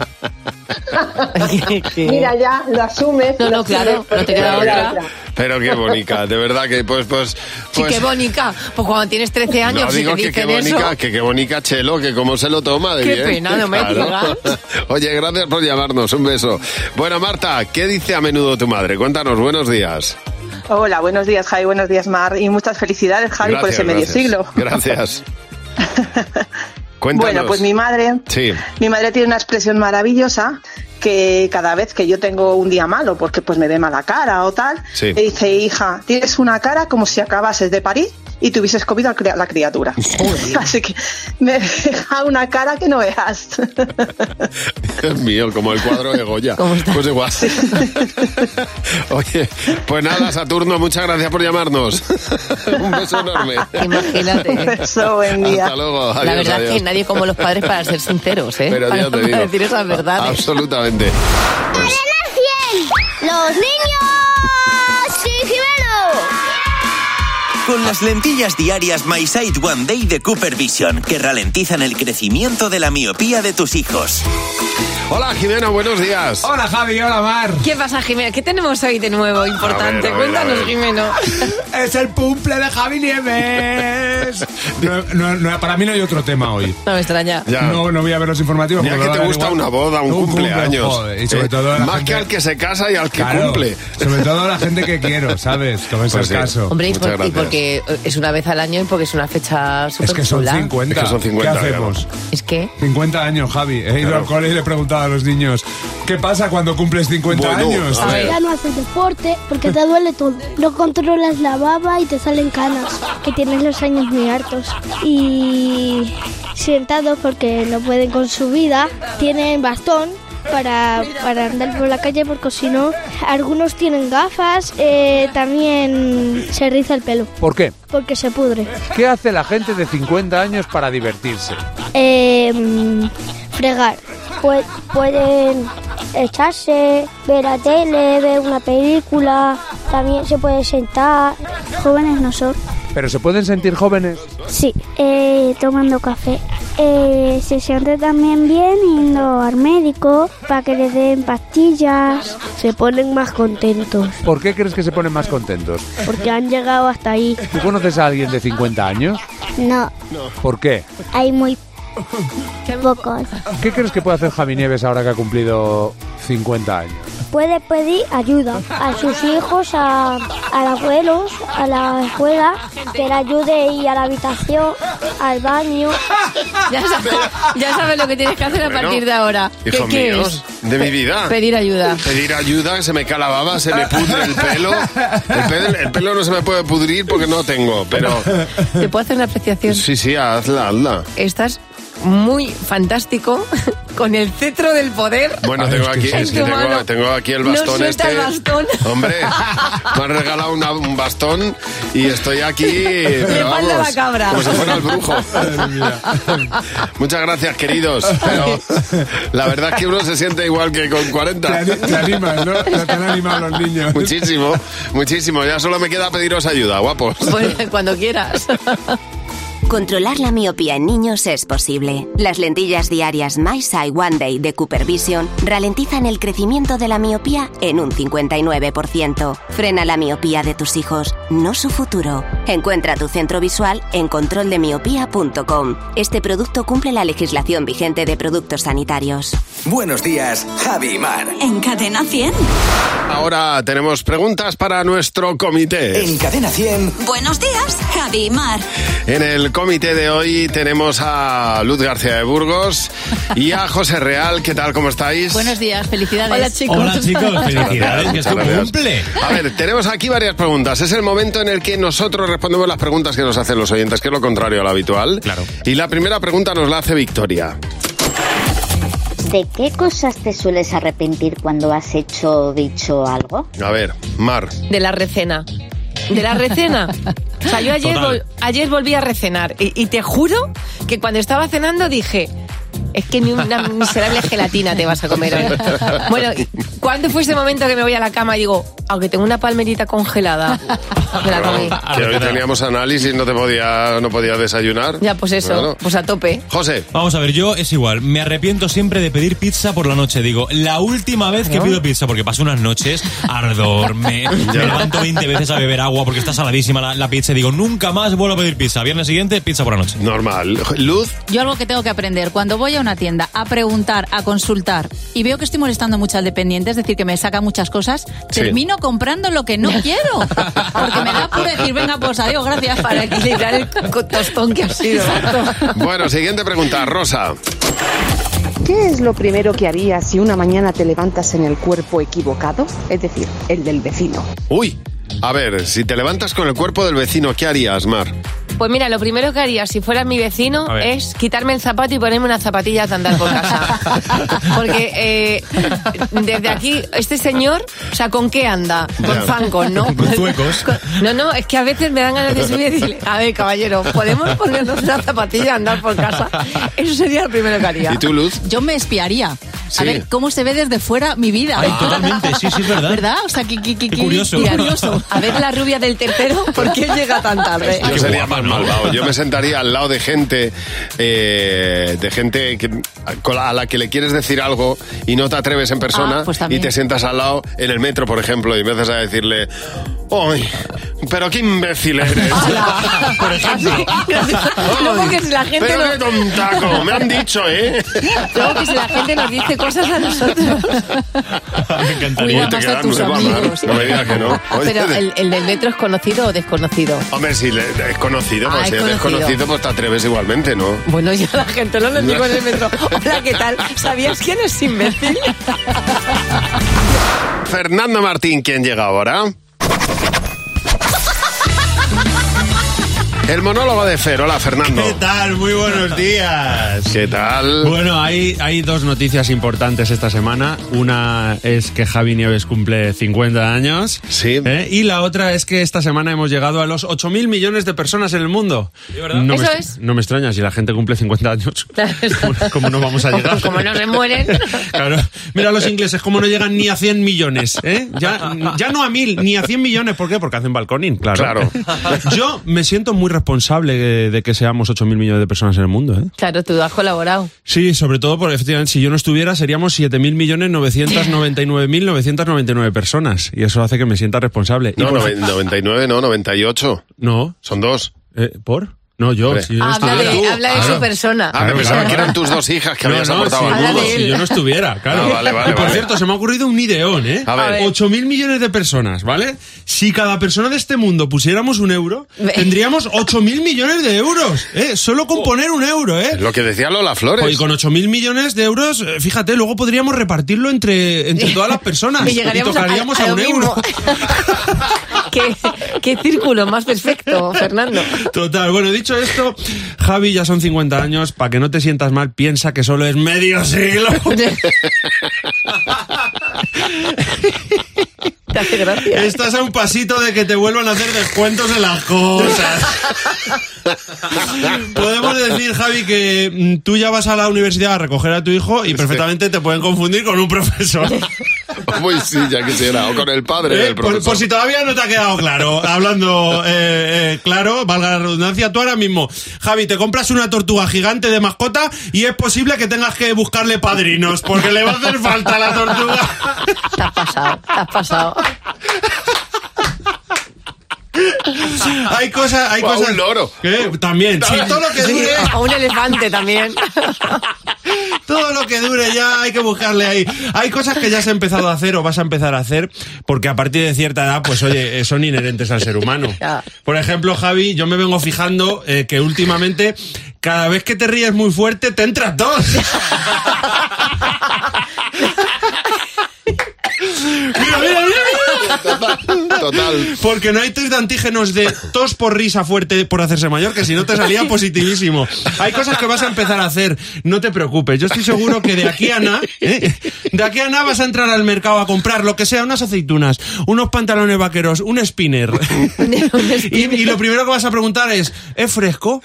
Mira, ya lo asumes. No, lo no, asumes, claro, no te porque queda era otra. Pero qué bonita, de verdad que pues... pues, Sí, pues qué bonita. Pues cuando tienes 13 años, No, si digo te que qué dicen eso. bonita, que qué bonita Chelo, que cómo se lo toma de Qué bien. pena, no me digas. Oye, gracias por llamarnos, un beso. Bueno, Marta, ¿qué dice a menudo tu madre? Cuéntanos, buenos días. Hola, buenos días Javi, buenos días Mar y muchas felicidades Javi por ese Gracias, medio siglo. gracias. Gracias. Cuéntanos. Bueno, pues mi madre, Sí. mi madre tiene una expresión maravillosa que cada vez que yo tengo un día malo, porque pues me ve mala cara o tal, Sí. me dice, hija, tienes una cara como si acabases de París y te hubieses comido al cri- la criatura. Así que me deja una cara que no veas. Dios mío, como el cuadro de Goya. Pues igual. Oye, pues nada, Saturno, muchas gracias por llamarnos. Un beso enorme. Imagínate. Un beso, buen día. Hasta luego, la adiós, verdad es adiós. que nadie como los padres para ser sinceros, ¿eh? Pero para, ya te para digo. decir ¿eh? esas verdades. Absolutamente. ¡Los niños! ¡Sí, Con las lentillas diarias My Sight One Day de Cooper Vision, que ralentizan el crecimiento de la miopía de tus hijos. Hola, Jimena, buenos días. Hola, Javi, hola, Mar. ¿Qué pasa, Jimena? ¿Qué tenemos hoy de nuevo importante? A ver, a ver, Cuéntanos, a ver. Jimeno. es el pumple de Javi Nieves. No, no, no, para mí no hay otro tema hoy. No me extraña. No, no voy a ver los informativos. Ya porque que me te va a dar gusta igual. una boda, un, cumpleaños. joder, y sobre Eh, todo la más gente- que al que se casa y al que Claro, cumple. Sobre todo la gente que quiero, ¿sabes? Como es Pues el sí. caso. Hombre, y, por- y porque es una vez al año y porque es una fecha súper Es que son 50. Es que son 50, ¿Qué hacemos? Es que... 50 años, Javi. He ido Claro. al cole y le he preguntado a los niños, ¿qué pasa cuando cumples 50 Bueno, años? a ver. Ya no haces deporte porque te duele todo. No controlas la baba y te salen canas, que tienes los años muy hartos. Y sentados porque no pueden con su vida, tienen bastón. Para, para andar por la calle porque si no algunos tienen gafas eh, también se riza el pelo ¿Por qué? porque se pudre ¿Qué hace la gente de 50 años para divertirse? Eh, mm, fregar. Pue- pueden echarse, ver la tele, ver una película, también se puede sentar. Jóvenes no son. ¿Pero se pueden sentir jóvenes? Sí, eh, tomando café. Eh, se siente también bien yendo al médico para que les den pastillas. Se ponen más contentos ¿Por qué crees que se ponen más contentos? porque han llegado hasta ahí. ¿Tú conoces a alguien de 50 años? No, ¿Por qué? hay muy pocos. ¿Qué crees que puede hacer Javi Nieves ahora que ha cumplido 50 años? puede pedir ayuda a sus hijos, a, a los abuelos, a la escuela, que le ayude a ir a la habitación, al baño. Ya sabes, ya sabes lo que tienes que hacer a Bueno, partir de ahora. ¿Qué Hijos míos, quieres? de mi vida. Pedir ayuda. Pedir ayuda, se me cae la baba, se me pudre el pelo. El pelo, el pelo no se me puede pudrir porque no tengo, pero... ¿Te puedo hacer una apreciación? Sí, sí, hazla, hazla. Estás muy fantástico con el cetro del poder. Bueno, tengo aquí, es que En tu tengo, mano. tengo aquí el No bastón suelta este. el bastón. Hombre, me han regalado una- un bastón y estoy aquí. Le pero falta vamos, la cabra. Como si fuera el brujo. Muchas gracias, queridos. Pero la verdad es que uno se siente igual que con 40. Te, ani- te animas, ¿no? Te te han animado los niños. Muchísimo, muchísimo. Ya solo me queda pediros ayuda, guapos. Pues, cuando quieras. Controlar la miopía en niños es posible. Las lentillas diarias My Sight One Day de Cooper Vision ralentizan el crecimiento de la miopía en un 59%. Frena la miopía de tus hijos, no su futuro. Encuentra tu centro visual en controldemiopía.com. Este producto cumple la legislación vigente de productos sanitarios. Buenos días, Javi y Mar. En Cadena 100. Ahora tenemos preguntas para nuestro comité. En Cadena 100. Buenos días, Javi y Mar. En el comité de hoy tenemos a Luz García de Burgos y a José Real. ¿Qué tal? ¿Cómo estáis? Buenos días, felicidades. Hola Ah, chicos. Felicidades, que es tu cumple. A ver, tenemos aquí varias preguntas. Es el momento en el que nosotros respondemos las preguntas que nos hacen los oyentes, que es lo contrario a lo habitual. Claro. Y la primera pregunta nos la hace Victoria. ¿De qué cosas te sueles arrepentir cuando has hecho o dicho algo? A ver, Mar. De la recena. De la recena. O sea, yo ayer, Total. vol- ayer volví a recenar y, y te juro que cuando estaba cenando dije... Es que ni una miserable gelatina te vas a comer hoy. Bueno, ¿cuándo fue ese momento que me voy a la cama y digo, aunque tengo una palmerita congelada, me la comí? Que hoy teníamos análisis, no te podía, no podías desayunar. Ya, pues eso, Claro. pues a tope. José. Vamos a ver, yo es igual. Me arrepiento siempre de pedir pizza por la noche. Digo, la última vez que Claro. pido pizza, porque paso unas noches, ardor, me, me Ya. levanto 20 veces a beber agua porque está saladísima la, la pizza. y Digo, nunca más vuelvo a pedir pizza. Viernes siguiente, pizza por la noche. Normal. Luz. Yo algo que tengo que aprender, cuando voy a una tienda a preguntar, a consultar y veo que estoy molestando mucho al dependiente, es decir, que me saca muchas cosas, Sí. termino comprando lo que no quiero. Porque me da por decir, venga, pues adiós, gracias. Para equilibrar el co- tostón que ha sido. Bueno, siguiente pregunta, Rosa. ¿Qué es lo primero que harías si una mañana te levantas en el cuerpo equivocado? Es decir, el del vecino. Uy. A ver, si te levantas con el cuerpo del vecino, ¿qué harías, Mar? Pues mira, lo primero que haría si fuera mi vecino A ver. es quitarme el zapato y ponerme una zapatilla de andar por casa. Porque eh, desde aquí, este señor, o sea, ¿con qué anda? Con Ya. zancos, ¿no? Con zuecos. No, no, es que a veces me dan ganas de subir y decirle, a ver, caballero, ¿podemos ponernos una zapatilla y andar por casa? Eso sería lo primero que haría. ¿Y tú, Luz? Yo me espiaría. Sí. A ver cómo se ve desde fuera mi vida. Ay, totalmente, sí, sí, es verdad. ¿Verdad? O sea, que, que- que- Qué que- curioso. que curioso. A ver la rubia del tercero, ¿por qué llega tan tarde? Yo sería más malvado. Yo me sentaría al lado de gente, eh, de gente que, con la- a la que le quieres decir algo y no te atreves en persona Ah, pues y también. te sientas al lado en el metro, por ejemplo, y empiezas a decirle, ¡ay! Pero qué imbécil eres. por ejemplo. Luego que si la gente Pero no- qué tontaco, me han dicho, ¿eh? Luego que si la gente nos dice cosas a nosotros. Me encantaría. Cuida más a tus amigos. ¿eh? No me digas que no. Oye, Pero el, el del metro es conocido o desconocido. Hombre, si le- es conocido, Ah, pues es si es conocido. desconocido, pues te atreves igualmente, ¿no? Bueno, yo a la gente no lo digo en el metro. Hola, ¿qué tal? ¿Sabías quién es imbécil? Fernando Martín, ¿quién llega ahora? El monólogo de Fer. Hola, Fernando. ¿Qué tal? Muy buenos días. ¿Qué tal? Bueno, hay, hay dos noticias importantes esta semana. Una es que Javi Nieves cumple 50 años. ¿eh? Sí. Y la otra es que esta semana hemos llegado a los 8.000 millones de personas en el mundo. No, Eso me, es. no me extraña, si la gente cumple 50 años, ¿cómo, cómo no vamos a llegar? Pues Como no se mueren. Claro. Mira los ingleses, cómo no llegan ni a 100 millones. ¿eh? Ya, ya no a 1.000, ni a 100 millones. ¿Por qué? Porque hacen balconín, claro. Yo me siento muy responsable eh, de, de que seamos 8.000 millones de personas en el mundo. ¿eh? Claro, tú has colaborado. Sí, sobre todo porque efectivamente si yo no estuviera seríamos 7.000 millones 999.999 personas y eso hace que me sienta responsable. Y No, por- noven- 99, no, 98. No. Son dos. Eh, ¿Por? No, yo. Hombre. Si yo no Habla estuviera. de, habla de su persona. Ah, me pensaba que eran tus dos hijas que No, habías no, aportado si al yo mundo. no- si yo no estuviera, claro. Ah, vale, vale, y por vale. cierto, se me ha ocurrido un ideón, ¿eh? A ver. 8.000 millones de personas, ¿vale? Si cada persona de este mundo pusiéramos un euro, tendríamos 8.000 millones de euros, ¿eh? Solo con poner un euro, ¿eh? Lo que decía Lola Flores. Oye, Pues con 8.000 millones de euros, eh, fíjate, luego podríamos repartirlo entre, entre todas las personas. Y llegaríamos a- tocaríamos a- a, a lo un euro. ¿Qué, qué círculo más perfecto, Fernando. Total. Bueno, dicho esto, Javi, ya son 50 años. Para que no te sientas mal, piensa que solo es medio siglo. Te hace gracia. Estás a un pasito de que te vuelvan a hacer descuentos en las cosas. Podemos decir, Javi, que mm, tú ya vas a la universidad a recoger a tu hijo y perfectamente te pueden confundir con un profesor. Pues sí, ya quisiera. O con el padre Eh, del por, profesor. por si todavía no te ha quedado claro, hablando eh, eh, claro, valga la redundancia, tú ahora mismo, Javi, te compras una tortuga gigante de mascota y es posible que tengas que buscarle padrinos, porque le va a hacer falta la tortuga. Te has pasado, te has pasado. Hay cosas, hay O a cosas. un loro. ¿Qué? También. sí, todo lo que Sí, dure, A un elefante también. todo lo que dure ya hay que buscarle ahí. Hay cosas que ya has empezado a hacer o vas a empezar a hacer, porque a partir de cierta edad, pues oye, eh, son inherentes al ser humano. Por ejemplo, Javi, yo me vengo fijando eh, que últimamente cada vez que te ríes muy fuerte te entras dos. Mira, mira, mira, mira. Total. Porque no hay test de antígenos de tos por risa fuerte por hacerse mayor, que si no te salía positivísimo. Hay cosas que vas a empezar a hacer, no te preocupes. Yo estoy seguro que de aquí a nada, ¿eh? de aquí a nada vas a entrar al mercado a comprar lo que sea, unas aceitunas, unos pantalones vaqueros, un spinner. Y, y lo primero que vas a preguntar es, ¿es fresco?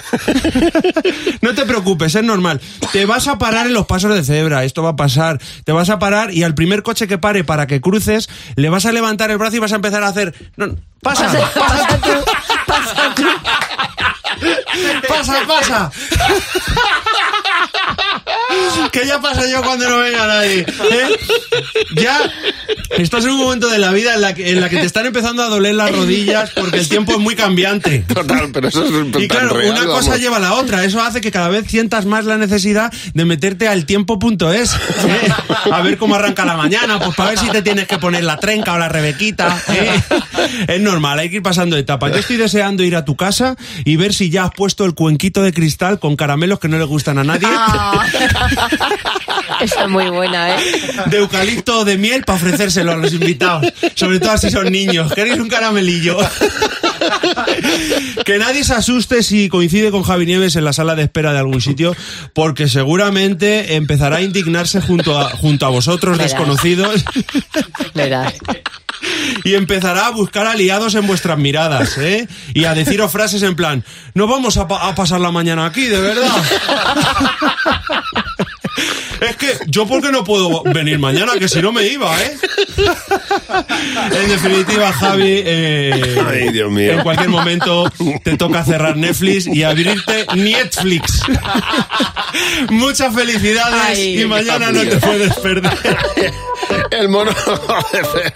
No te preocupes, es normal. Te vas a parar en los pasos de cebra, esto va a pasar. Te vas a parar y al primer coche que pare para que cruces, le vas a levantar el brazo y vas a empezar a hacer... "No, no, pasa, pasa, pasa tú, pasa tú. Pasa, pasa. Que ya pasa yo cuando no venga nadie. ¿eh? Ya estás en un momento de la vida en la, que, en la que te están empezando a doler las rodillas porque el tiempo es muy cambiante. Total, pero eso es Y tan claro, real, una vamos. cosa lleva a la otra. Eso hace que cada vez sientas más la necesidad de meterte al tiempo.es. ¿eh? A ver cómo arranca la mañana, pues para ver si te tienes que poner la trenca o la rebequita. ¿eh? Es normal, hay que ir pasando etapas. Yo estoy deseando ir a tu Ah. casa y ver si ya has puesto el cuenquito de cristal con caramelos que no le gustan a nadie. Está muy buena, ¿eh? De eucalipto o de miel para ofrecérselo a los invitados. Sobre todo si son niños. ¿Queréis un caramelillo? Que nadie se asuste si coincide con Javi Nieves en la sala de espera de algún sitio, porque seguramente empezará a indignarse junto a, junto a vosotros, Verás. desconocidos, Verás. y empezará a buscar aliados en vuestras miradas, ¿eh? Y a deciros frases en plan, no vamos a, pa- a pasar la mañana aquí, de verdad. Es que yo porque no puedo venir mañana, que si no me iba, ¿eh? En definitiva, Javi, eh, Ay, Dios mío. en cualquier momento te toca cerrar Netflix y abrirte Netflix. Muchas felicidades Ay. y mañana no te Dios. puedes perder. El mono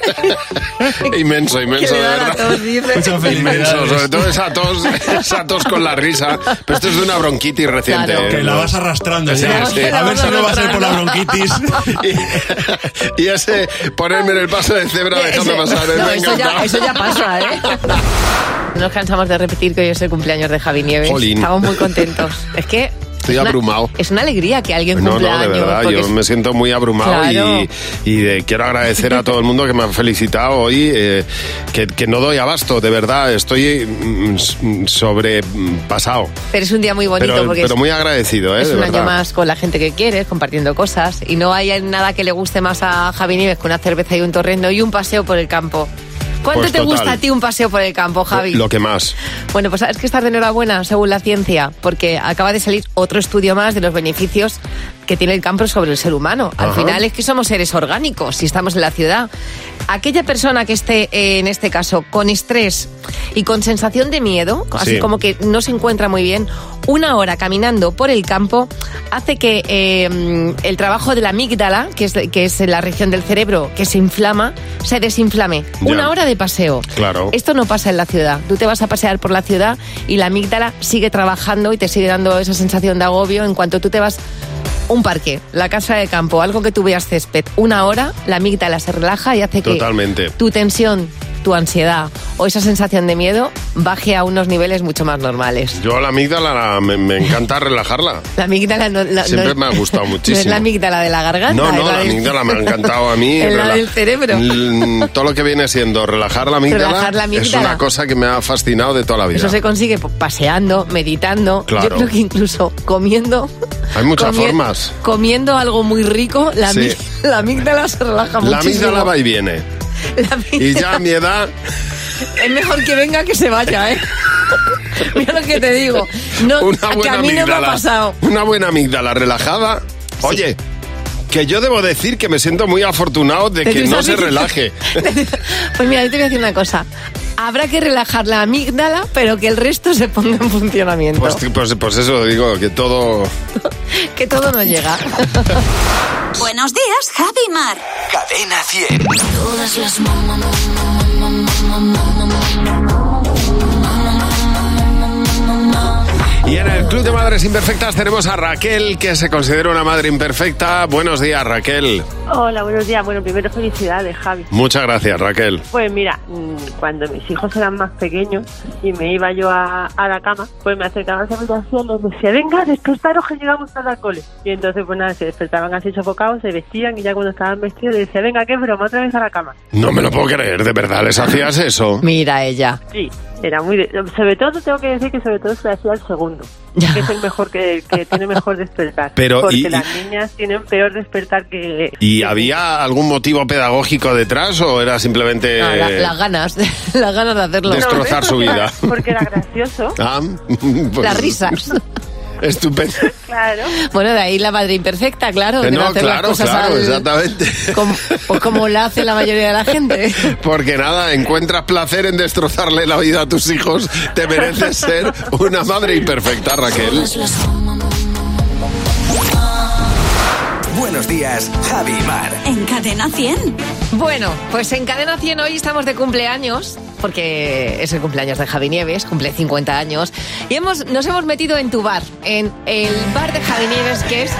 inmenso, inmenso, de da la verdad. tos, dice. Muchas felicidades. Inmenso, sobre todo esa tos, esa tos con la risa. Pero esto es de una bronquitis reciente. Claro. ¿eh? Que la vas arrastrando Sí, ya. sí. A ver si no va a ser por la bronquitis. Y ese ponerme en el paso de cebra, dejarme pasar. ¿eh? No, Me eso ya, encanta. eso ya pasa, ¿eh? Nos cansamos de repetir que hoy es el cumpleaños de Javi Nieves. Jolín. Estamos muy contentos. Es que. Estoy es una- abrumado. Es una alegría que alguien Pues No, cumpla no, de años, verdad, porque yo es- me siento muy abrumado Claro. y, y de- quiero agradecer a todo el mundo que me ha felicitado hoy, eh, que, que no doy abasto, de verdad, estoy mm, s- mm, sobrepasado. Pero es un día muy bonito Pero, porque pero es- muy agradecido, ¿eh? es de un año verdad. más con la gente que quieres, compartiendo cosas. Y no hay nada que le guste más a Javi Nieves que una cerveza y un torrendo y un paseo por el campo. ¿Cuánto Pues te total. gusta a ti un paseo por el campo, Javi? Lo que más. Bueno, pues sabes que estar de enhorabuena, según la ciencia, porque acaba de salir otro estudio más de los beneficios que tiene el campo sobre el ser humano. Al Ajá. final es que somos seres orgánicos si estamos en la ciudad. Aquella persona que esté, eh, en este caso, con estrés y con sensación de miedo, así Sí. como que no se encuentra muy bien, una hora caminando por el campo hace que eh, mm, el trabajo de la amígdala, que es, que es la región del cerebro que se inflama, se desinflame. Ya. Una hora de paseo. Claro. Esto no pasa en la ciudad. Tú te vas a pasear por la ciudad y la amígdala sigue trabajando y te sigue dando esa sensación de agobio. En cuanto tú te vas a un parque, la casa de campo, algo que tú veas césped, una hora, la amígdala se relaja y hace Totalmente. que tu tensión, tu ansiedad o esa sensación de miedo baje a unos niveles mucho más normales. Yo a la amígdala la- me, me encanta relajarla. La amígdala no, la- Siempre no- me ha gustado no es muchísimo. la amígdala de la garganta. No, es no, la del- amígdala me ha encantado a mí. es la Rela- del cerebro. Mm, Todo lo que viene siendo relajar la amígdala, Relajar la es amígdala. una cosa que me ha fascinado de toda la vida. Eso se consigue pues, paseando, meditando, Claro. yo creo que incluso comiendo. Hay muchas comie- formas. Comiendo algo muy rico, la, Sí. amí- la amígdala se relaja La muchísimo. amígdala va y viene. La Y ya a amígdala- mi edad, Es mejor que venga que se vaya, ¿eh? Mira lo que te digo. No, una que buena a mí amígdala. no me ha pasado. Una buena amígdala relajada. Oye, que yo debo decir que me siento muy afortunado de que ¿Te sientes no se así? relaje. Pues mira, yo te voy a decir una cosa. Habrá que relajar la amígdala, pero que el resto se ponga en funcionamiento. Pues, pues- pues eso digo, que todo. Que todo no llega. Buenos días, Javi Mar. Cadena 100. Todas las Y en el Club de Madres Imperfectas tenemos a Raquel, que se considera una madre imperfecta. Buenos días, Raquel. Hola, buenos días. Bueno, primero felicidades, Javi. Muchas gracias, Raquel. Pues mira, mm, cuando mis hijos eran más pequeños y me iba yo a, a la cama, pues me acercaban a la y les decía, venga, despertaros que llegamos a la cole. Y entonces, pues nada, se despertaban así sofocados, se vestían y ya cuando estaban vestidos les decía, venga, qué broma, otra vez a la cama. No me lo puedo creer, de verdad, les hacías eso. Mira ella. Sí, era muy... de- Sobre todo, tengo que decir que sobre todo se le hacía el segundo, que es el mejor que, que tiene mejor despertar. Pero, porque y- y- las niñas tienen peor despertar que... ¿Y había algún motivo pedagógico detrás o era simplemente No, la- las ganas, las ganas de hacerlo. Eh, destrozar su vida? Porque era gracioso. Ah, pues, Las risas. Estupendo. Claro. Bueno, de ahí la madre imperfecta, claro. de Eh, no, hacer las claro, cosas claro, al- exactamente. como, pues como la hace la mayoría de la gente. Porque nada, encuentras placer en destrozarle la vida a tus hijos. Te mereces ser una madre imperfecta, Raquel. Buenos días, Javi Mar. En Cadena 100. Bueno, pues en Cadena 100 hoy estamos de cumpleaños, porque es el cumpleaños de Javi Nieves, cumple 50 años, y hemos, nos hemos metido en tu bar, en el bar de Javi Nieves, que es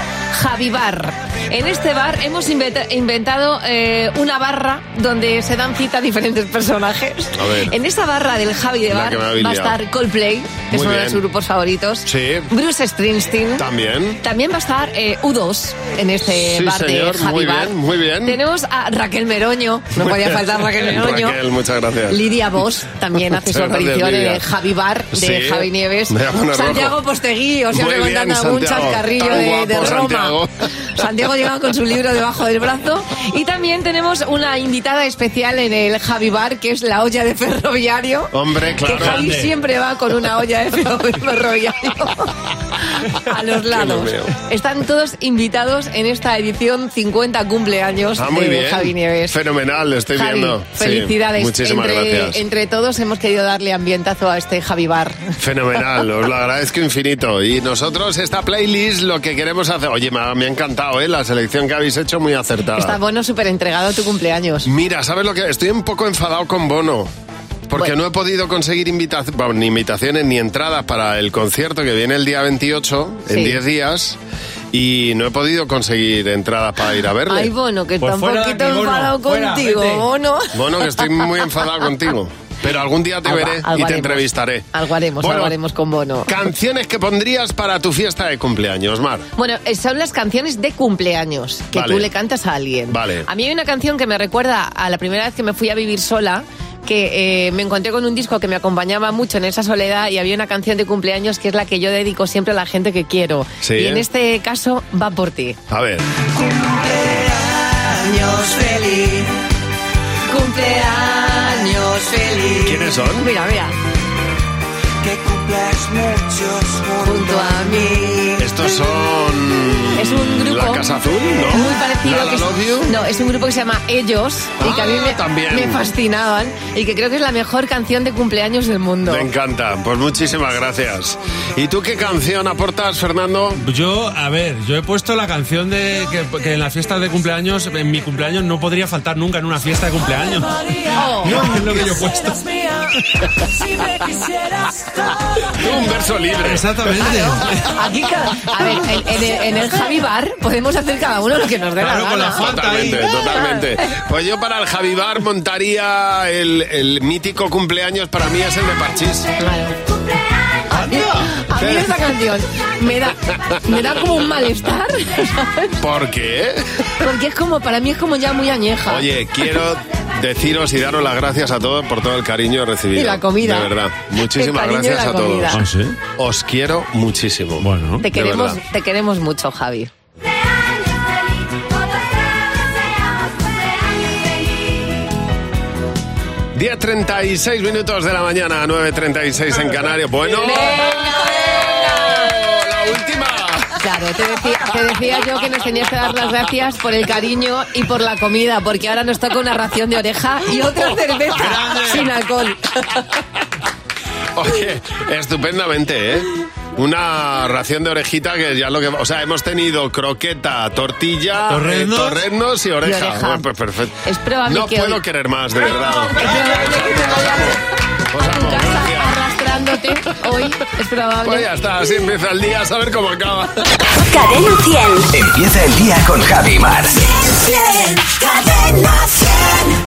Javi Bar. En este bar hemos inventa- inventado eh, una barra donde se dan cita a diferentes personajes. A ver. En esta barra del Javi de La Bar que me habéis va a liado. estar Coldplay, que es Muy uno de bien. sus grupos favoritos. Sí. Bruce Springsteen. También. También va a estar eh, U2 en este Sí, bar señor. de Javi Muy Bar. bien, muy bien. Tenemos a Raquel Meroño, no Muy podía bien. faltar Raquel Meroño. Raquel, muchas gracias. Lidia Bosch también hace su Muchas gracias, aparición Lidia. en Javi Bar de Sí. Javi Nieves. Me voy a poner Santiago rojo. Postegui, Muy os siempre bien, contando algún Santiago. chascarrillo Tan de, guapo, de Roma. Santiago. Santiago llega con su libro debajo del brazo. Y también tenemos una invitada especial en el Javi Bar, que es la olla de ferroviario. Hombre, claro. Que Javi Grande. siempre va con una olla de ferroviario a los Que lo lados. veo. Están todos invitados en esta edición 50 cumpleaños Ah, muy de bien. Javi Nieves. Fenomenal, estoy Javi, viendo. Sí, Felicidades. muchísimas gracias. entre, entre todos hemos querido darle ambientazo a este Javi Bar. Fenomenal, os lo agradezco infinito. Y nosotros, esta playlist, lo que queremos hacer. Oye, me ha, me ha encantado, ¿eh? La selección que habéis hecho, muy acertada. Está Bono súper entregado a tu cumpleaños. Mira, ¿sabes lo que? Estoy un poco enfadado con Bono. Porque no he podido conseguir invita- bueno, ni invitaciones ni entradas para el concierto que viene el día 28, Sí. en 10 días. Y no he podido conseguir entradas para ir a verle. Ay, Bono, que Pues está un fuera de poquito aquí, Bono. enfadado Fuera, contigo, vete. Bono. Bono, que estoy muy enfadado contigo. Pero algún día te Algo- veré algo y te haremos. entrevistaré. Algo haremos, Bueno, algo haremos con Bono. Canciones que pondrías para tu fiesta de cumpleaños, Mar. Bueno, eh, son las canciones de cumpleaños que Vale. tú le cantas a alguien. Vale. A mí hay una canción que me recuerda a la primera vez que me fui a vivir sola, que eh, me encontré con un disco que me acompañaba mucho en esa soledad y había una canción de cumpleaños que es la que yo dedico siempre a la gente que quiero. Sí. Y en este caso va por ti. A ver. Cumpleaños feliz. Cumpleaños feliz. ¿Quiénes son? Mira, mira. Que cumplas muchos junto a mí. Estos son. Es un grupo. La Casa Azul, ¿no? Muy parecido. La La que es- Love You. no, es un grupo que se llama Ellos y que a mí Ah, me, también. me fascinaban y que creo que es la mejor canción de cumpleaños del mundo. Me encanta, pues muchísimas gracias. ¿Y tú qué canción aportas, Fernando? Yo, a ver, yo he puesto la canción de que, que en las fiestas de cumpleaños, en mi cumpleaños no podría faltar nunca en una fiesta de cumpleaños. Oh. No, es lo que yo he puesto. Un verso libre. Exactamente. Aquí, cada- a ver, en, en el, en el Javi Bar podemos hacer cada uno lo que nos dé Claro, la con la gana. Fanta Totalmente, totalmente. Pues yo para el Javivar montaría el, el mítico cumpleaños, para mí es el de Parchís. A mí, a mí esta canción me da, me da como un malestar, ¿sabes? ¿Por qué? Porque es como, para mí es como ya muy añeja. Oye, quiero deciros y daros las gracias a todos por todo el cariño recibido. Y la comida. De verdad. Muchísimas El cariño y gracias la a todos. comida. Ah, Os quiero muchísimo. Bueno, Te queremos, te queremos mucho, Javi. y 10.36 minutos de la mañana, 9.36 en Canarias. Bueno, la última. Claro, te decía, te decía yo que nos tenías que dar las gracias por el cariño y por la comida, porque ahora nos toca una ración de oreja y Oh, otra cerveza sin alcohol. Oye, estupendamente, ¿eh? Una ración de orejita que ya lo que... O sea, hemos tenido croqueta, tortilla, eh, Torreznos. torreznos y oreja. Y oreja. Bueno, pues perfecto. Es probable no que puedo hoy- querer más, de verdad. Arrastrándote hoy es probable. Pues ya está, así empieza el día, a saber cómo acaba. Cadena 100. Empieza el día con Javi Mar.